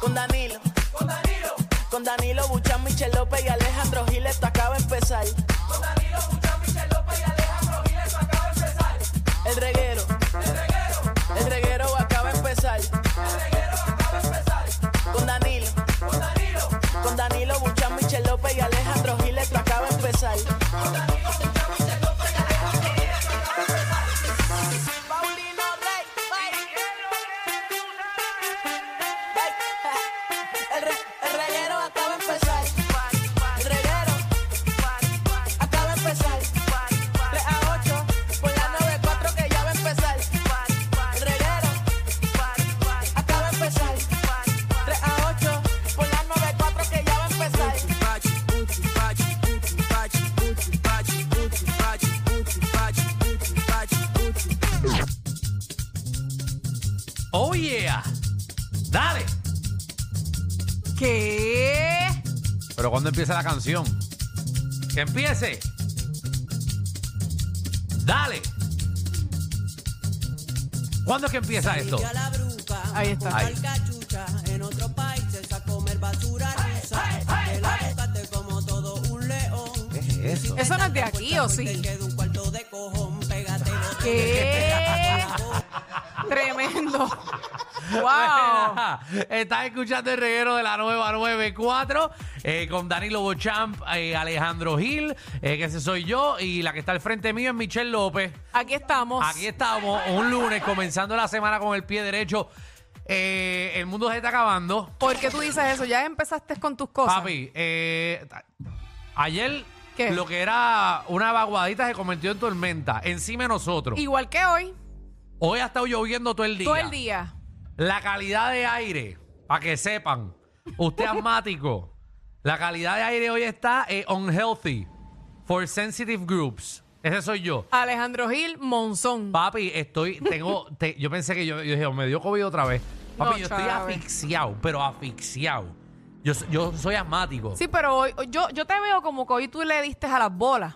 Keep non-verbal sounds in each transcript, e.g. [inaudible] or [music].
Con Danilo. Con Danilo. Con Danilo Buchan, Michel López y Alejandro Giles, esto acaba de empezar. Con Danilo Buchan, Michel López y Alejandro Giles, acaba de empezar. El reguero. El reguero. El reguero acaba de empezar. El reguero acaba de empezar. Con Danilo. Con Danilo. Con Danilo Buchan, Michel López y Alejandro Giles, esto acaba de empezar. Paulino Rey, El, re- el reguero acaba de empezar. El reguero acaba de empezar. 3 a 8 por la 94 que ya va a empezar. El reguero acaba de empezar. 3 a 8 por la 94 que ya va a empezar. Oh yeah. Dale. ¿Qué? Pero cuando empieza la canción. Que empiece. Dale. ¿Cuándo es que empieza esto? [laughs] Ahí está. Ahí. en otros países a comer basura rusa. El aguacate como todo un león. ¿Qué es eso? Eso no es de aquí, ¿o sí? Queda un cuarto de cojón, pégate los ¿Qué? Tremendo. ¡Wow! Estás escuchando el reguero de la nueva 94 eh, con Danilo Bochamp, eh, Alejandro Gil, eh, que ese soy yo, y la que está al frente mío es Michelle López. Aquí estamos. Aquí estamos, un lunes, comenzando la semana con el pie derecho. Eh, el mundo se está acabando. ¿Por qué tú dices eso? Ya empezaste con tus cosas. Papi, eh, a- ayer ¿Qué? lo que era una vaguadita se convirtió en tormenta encima de nosotros. Igual que hoy, Hoy ha estado lloviendo todo el día. todo el día. La calidad de aire, para que sepan, usted asmático, la calidad de aire hoy está eh, unhealthy for sensitive groups. Ese soy yo. Alejandro Gil Monzón. Papi, estoy, tengo, te- yo pensé que yo, yo dije, me dio COVID otra vez. Papi, No, yo chave. estoy asfixiado, pero asfixiado. Yo, so- yo soy asmático. Sí, pero hoy yo, yo te veo como que hoy tú le diste a las bolas.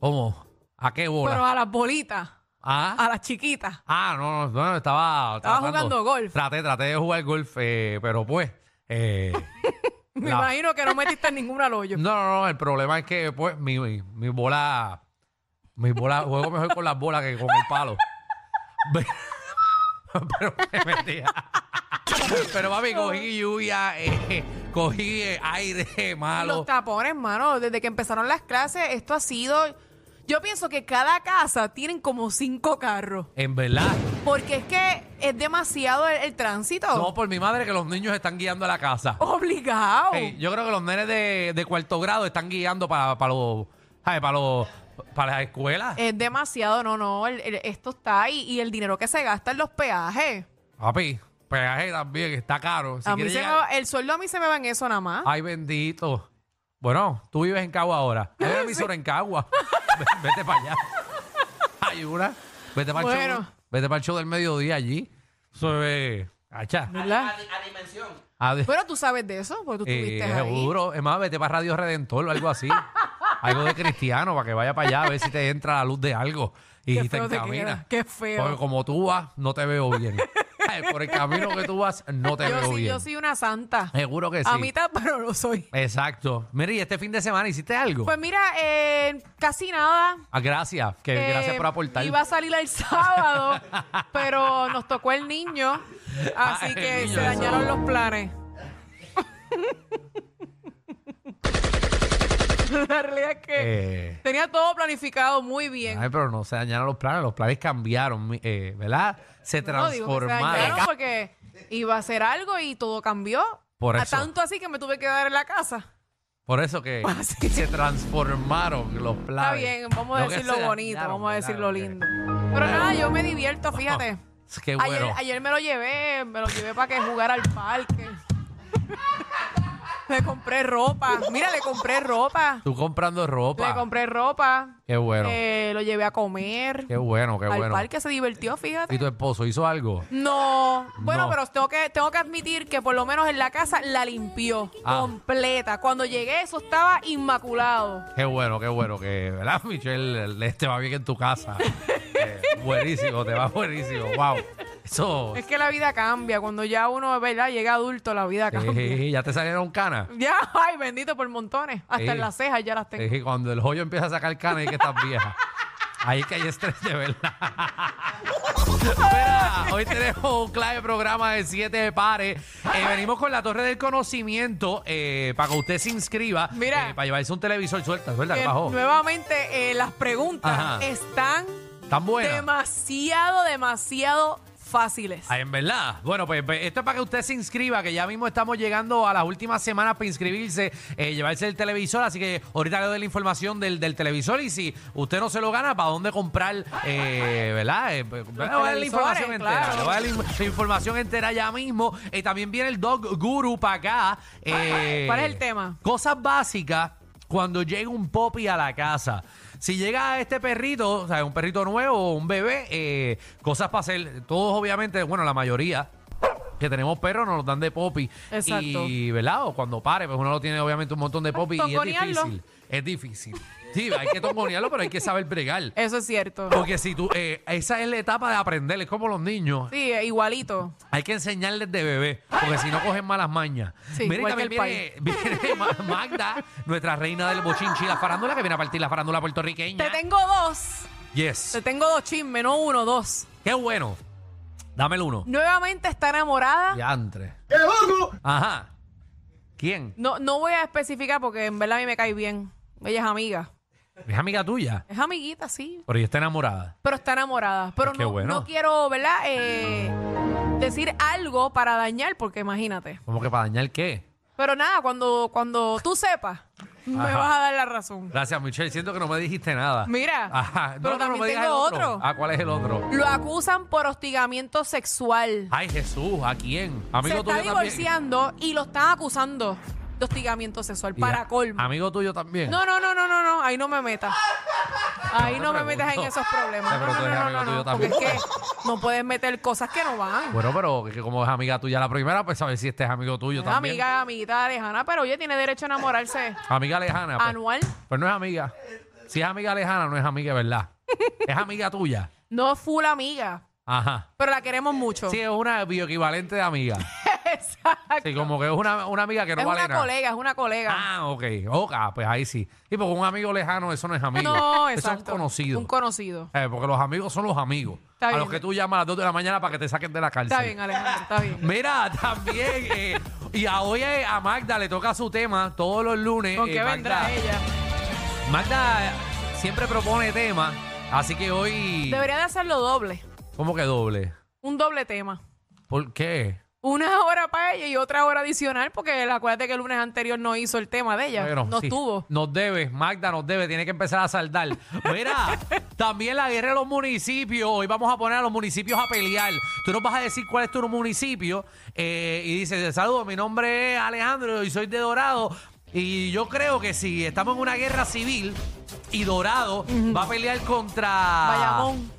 ¿Cómo? ¿A qué bola? Pero a las bolitas, ¿Ah? a las chiquitas. Ah, no, no, no, estaba. tratando- jugando golf. Traté, traté de jugar golf, eh, pero pues. eh, [laughs] Me la- imagino que no metiste ninguna [laughs] al hoyo. No, no, no, el problema es que, pues, mi, mi, mi bola. Mi bola, [laughs] juego mejor con las bolas que con el palo. [laughs] Ve- pero me metía. [laughs] Pero papi, cogí lluvia, eh, cogí eh, aire [laughs] malo. Los tapones, mano, desde que empezaron las clases, esto ha sido. Yo pienso que cada casa tienen como cinco carros. En verdad. Porque es que es demasiado el, el tránsito. No, por mi madre que los niños están guiando a la casa. Oh. Obligado. Ey, yo creo que los nenes de, de cuarto grado están guiando para, para los ¿sabes? para los para las escuelas. Es demasiado, no, no. el- el- esto está ahí. Y el dinero que se gasta en los peajes. Papi, peaje también, está caro. Si a mí quieres se me llegar- va- el sueldo a mí se me va en eso nada más. Ay, bendito. Bueno, tú vives en Cagua ahora. Hay una [laughs] emisora en Cagua. [laughs] Ve- Vete para allá. Hay una. Vete para el show. Bueno. Vete para el show del mediodía allí. Eso es. Achá. ¿Verdad? Ade- Pero tú sabes de eso, porque tú Eh, estuviste ahí. seguro. Es más, vete para Radio Redentor o algo así. algo de cristiano para que vaya para allá a ver si te entra la luz de algo y Qué te feo te encamina. queda, qué feo. [laughs] Porque como tú vas, no te veo bien. ¿sabes? Por el camino que tú vas, no te yo, veo sí, bien. yo soy una santa. Seguro que sí. A mitad, [laughs] pero lo soy. Exacto. Mira, y este fin de semana hiciste algo. Pues mira, eh, casi nada. Ah, gracias, que Eh, gracias por aportar. Iba a salir el [laughs] sábado, pero nos tocó el niño. Así Ay, que el niño se del dañaron los planes. [laughs] La realidad es que Eh, tenía todo planificado muy bien. ay, pero no se dañaron los planes, los planes cambiaron, mi- eh, ¿verdad? Se No digo que se transformaron. dañaron porque iba a hacer algo y todo cambió. Por A eso. tanto así que me tuve que quedar en la casa. por eso [laughs] que Así. se transformaron los Está planes. bien, vamos a No que decir lo se bonito, dañaron, vamos a decir ¿verdad? lo Ok. lindo. Pero nada, yo me divierto, fíjate. Es que bueno. Ayer, ayer me lo llevé, me lo llevé para que jugara al parque. le compré ropa. Mira, le compré ropa. Tú comprando ropa. Le compré ropa. Qué bueno. Eh, lo llevé a comer. Qué bueno, qué al bueno. parque se divirtió, ¿Y fíjate. tu esposo hizo algo? No, bueno, No. pero tengo que, tengo que admitir que por lo menos en la casa la limpió Ah. completa. Cuando llegué, eso estaba inmaculado. Qué bueno, qué bueno. Que, ¿Verdad, [laughs] Michelle? Le- Te va bien en tu casa. Eh, buenísimo, te va buenísimo. Wow. [laughs] Eso. Es que la vida cambia. Cuando ya uno, ¿verdad? Llega adulto, la vida [laughs] cambia. Eh, ya te salieron canas. Ya, ay, bendito por montones. Hasta Sí. en las cejas ya las tengo. Es que cuando el hoyo empieza a sacar canas es que estás vieja. Ahí es que hay estrés de verdad. Mira, hoy tenemos un clave programa de siete pares. Eh, venimos con la torre del conocimiento eh, para que usted se inscriba. Mira. eh, para llevarse un televisor suelta, suelta, que Eh, bajó. nuevamente, eh, las preguntas Ajá. están Tan buena. demasiado, demasiado fáciles. Ah, en verdad. Bueno, pues, pues, esto es para que usted se inscriba, que ya mismo estamos llegando a las últimas semanas para inscribirse, eh, llevarse el televisor. Así que ahorita le doy la información del, del televisor y si usted no se lo gana, ¿para dónde comprar? Eh, ¿Verdad? Eh, pues, le voy a dar la información entera. televisores, claro. le voy a dar la in- la información entera ya mismo. Eh, también viene el Dog Guru para acá. eh, ¿Cuál es el tema? Cosas básicas cuando llega un popi a la casa. Si llega este perrito, o sea, un perrito nuevo, un bebé, eh, cosas para hacer. Todos, obviamente, bueno, la mayoría que tenemos perros nos los dan de popi. Exacto. Y, ¿verdad? O cuando pare, pues uno lo tiene, obviamente, un montón de popi y es Tongonearlo. difícil. Es difícil. Sí, hay que [laughs] tongonearlo, pero hay que saber bregar. Eso es cierto. Porque si tú, eh, esa es la etapa de aprender, es como los niños. Sí, eh, igualito. Hay que enseñarles de bebé, porque si no cogen malas mañas. Sí, Mira, y igual también viene, viene [laughs] Ma- Magda, nuestra reina del bochinchi, la farándula, que viene a partir la farándula puertorriqueña. Te tengo dos. Yes. Te tengo dos chismes, no uno, dos. Qué bueno. Dame el uno. Nuevamente está enamorada. Diantre. Ajá. ¿Quién? No, no voy a especificar porque en verdad a mí me cae bien. Ella es amiga. ¿Es amiga tuya? Es amiguita, sí. Pero ella está enamorada. Pero está enamorada. Pero Pues qué no, bueno. no quiero, ¿verdad? Eh, decir algo para dañar, porque imagínate. ¿Cómo que para dañar qué? Pero nada, cuando, cuando tú sepas, me Ajá. vas a dar la razón. Gracias, Michelle. Siento que no me dijiste nada. Mira, Ajá. No, pero no, no, también me digas el tengo otro. otro. Ah, ¿cuál es el otro? Lo acusan por hostigamiento sexual. Ay, Jesús. ¿A quién? Amigo Se está tuyo también. divorciando y lo están acusando de hostigamiento sexual. Para Y- colmo. Amigo tuyo también. No, no, no, no, no, no. Ahí no me metas. Ahí te no, me metas en pregunto. esos problemas. Te No, no, pregunto, no, eres no, amigo no, tuyo no, Porque es también. que no puedes meter cosas que no van. Bueno, pero que como es amiga tuya la primera, pues a ver si este es amigo tuyo Es también. amiga, amiguita lejana, pero oye, tiene derecho a enamorarse Amiga lejana. Pues, anual. Pues no es amiga. Si es amiga lejana, no es amiga, [laughs] ¿verdad? es amiga tuya. No full amiga, Ajá. pero la queremos mucho. Sí, es una bioequivalente de amiga. [laughs] Exacto. Sí, como que es una, una amiga que no es vale una nada. colega, es una colega. Ah, ok. Ok, pues ahí sí. Y porque un amigo lejano, eso no es amigo. No, Eso es exacto. un conocido. Un conocido. Eh, porque los amigos son los amigos. Está a bien. los que tú llamas a las 2 de la mañana para que te saquen de la cárcel. Está bien, Alejandro, está bien. Mira, [laughs] también. eh, y a hoy eh, a Magda le toca su tema todos los lunes. ¿Con eh, qué Magda- vendrá ella? Magda siempre propone temas, así que hoy. Debería de hacerlo doble, ¿Cómo que doble? un doble tema. ¿Por qué? Una [laughs] hora para ella y otra hora adicional, porque acuérdate que el lunes anterior no hizo el tema de ella. Bueno, no sí, estuvo. Nos debe, Magda nos debe, tiene que empezar a saldar. [laughs] Mira, también la guerra de los municipios. Hoy vamos a poner a los municipios a pelear. Tú nos vas a decir cuál es tu municipio eh, y dices, saludos, mi nombre es Alejandro y soy de Dorado. Y yo creo que si estamos en una guerra civil y Dorado va a pelear contra... Bayamón.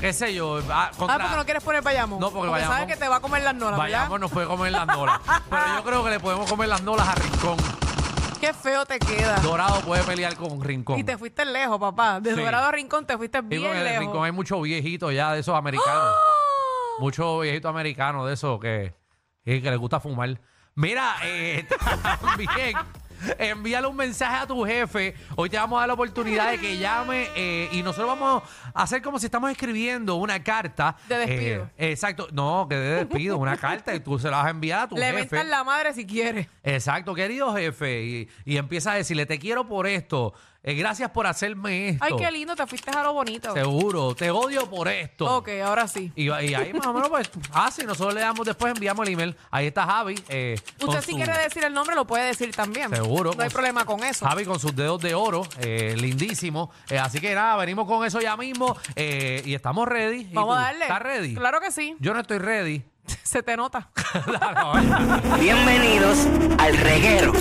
¿Qué sé yo? ah, Contra, Ah, porque no quieres poner Bayamón. No, porque Bayamón- sabes que te va a comer las nolas, ¿verdad? Vayamos, nos puede comer las nolas. Pero yo creo que le podemos comer las nolas a Rincón. Qué feo te queda. Dorado puede pelear con Rincón. Y te fuiste lejos, papá. De Sí. Dorado a Rincón te fuiste Sí, porque bien en el lejos. ¡Oh! Rincón hay muchos viejitos ya de esos americanos. mucho viejito americano de eso que, eh, que le gusta fumar. Mira, eh, [laughs] también envíale un mensaje a tu jefe. Hoy te vamos a dar la oportunidad de que llame eh, y nosotros vamos a hacer como si estamos escribiendo una carta. De despido. Eh, exacto. No, que de despido, [laughs] una carta y tú se la vas a enviar a tu Le jefe. mentan la madre si quiere. Exacto, querido jefe. Y, y empieza a decirle, te quiero por esto. Eh, gracias por hacerme esto. Ay, qué lindo, te fuiste a lo bonito. Seguro, te odio por esto. Ok, ahora sí. Y, y ahí más o menos, pues, [laughs] ah, sí, nosotros le damos después, enviamos el email. Ahí está Javi. eh, Usted con si su- quiere decir el nombre, lo puede decir también. Seguro. No hay problema con eso. Javi con sus dedos de oro, eh, lindísimo. Eh, así que nada, venimos con eso ya mismo eh, y estamos ready. ¿Y Vamos tú? a darle. ¿Estás ready? Claro que sí. [laughs] Yo no estoy ready. [laughs] Se te nota. Dale, vamos a ver. Bienvenidos al reguero.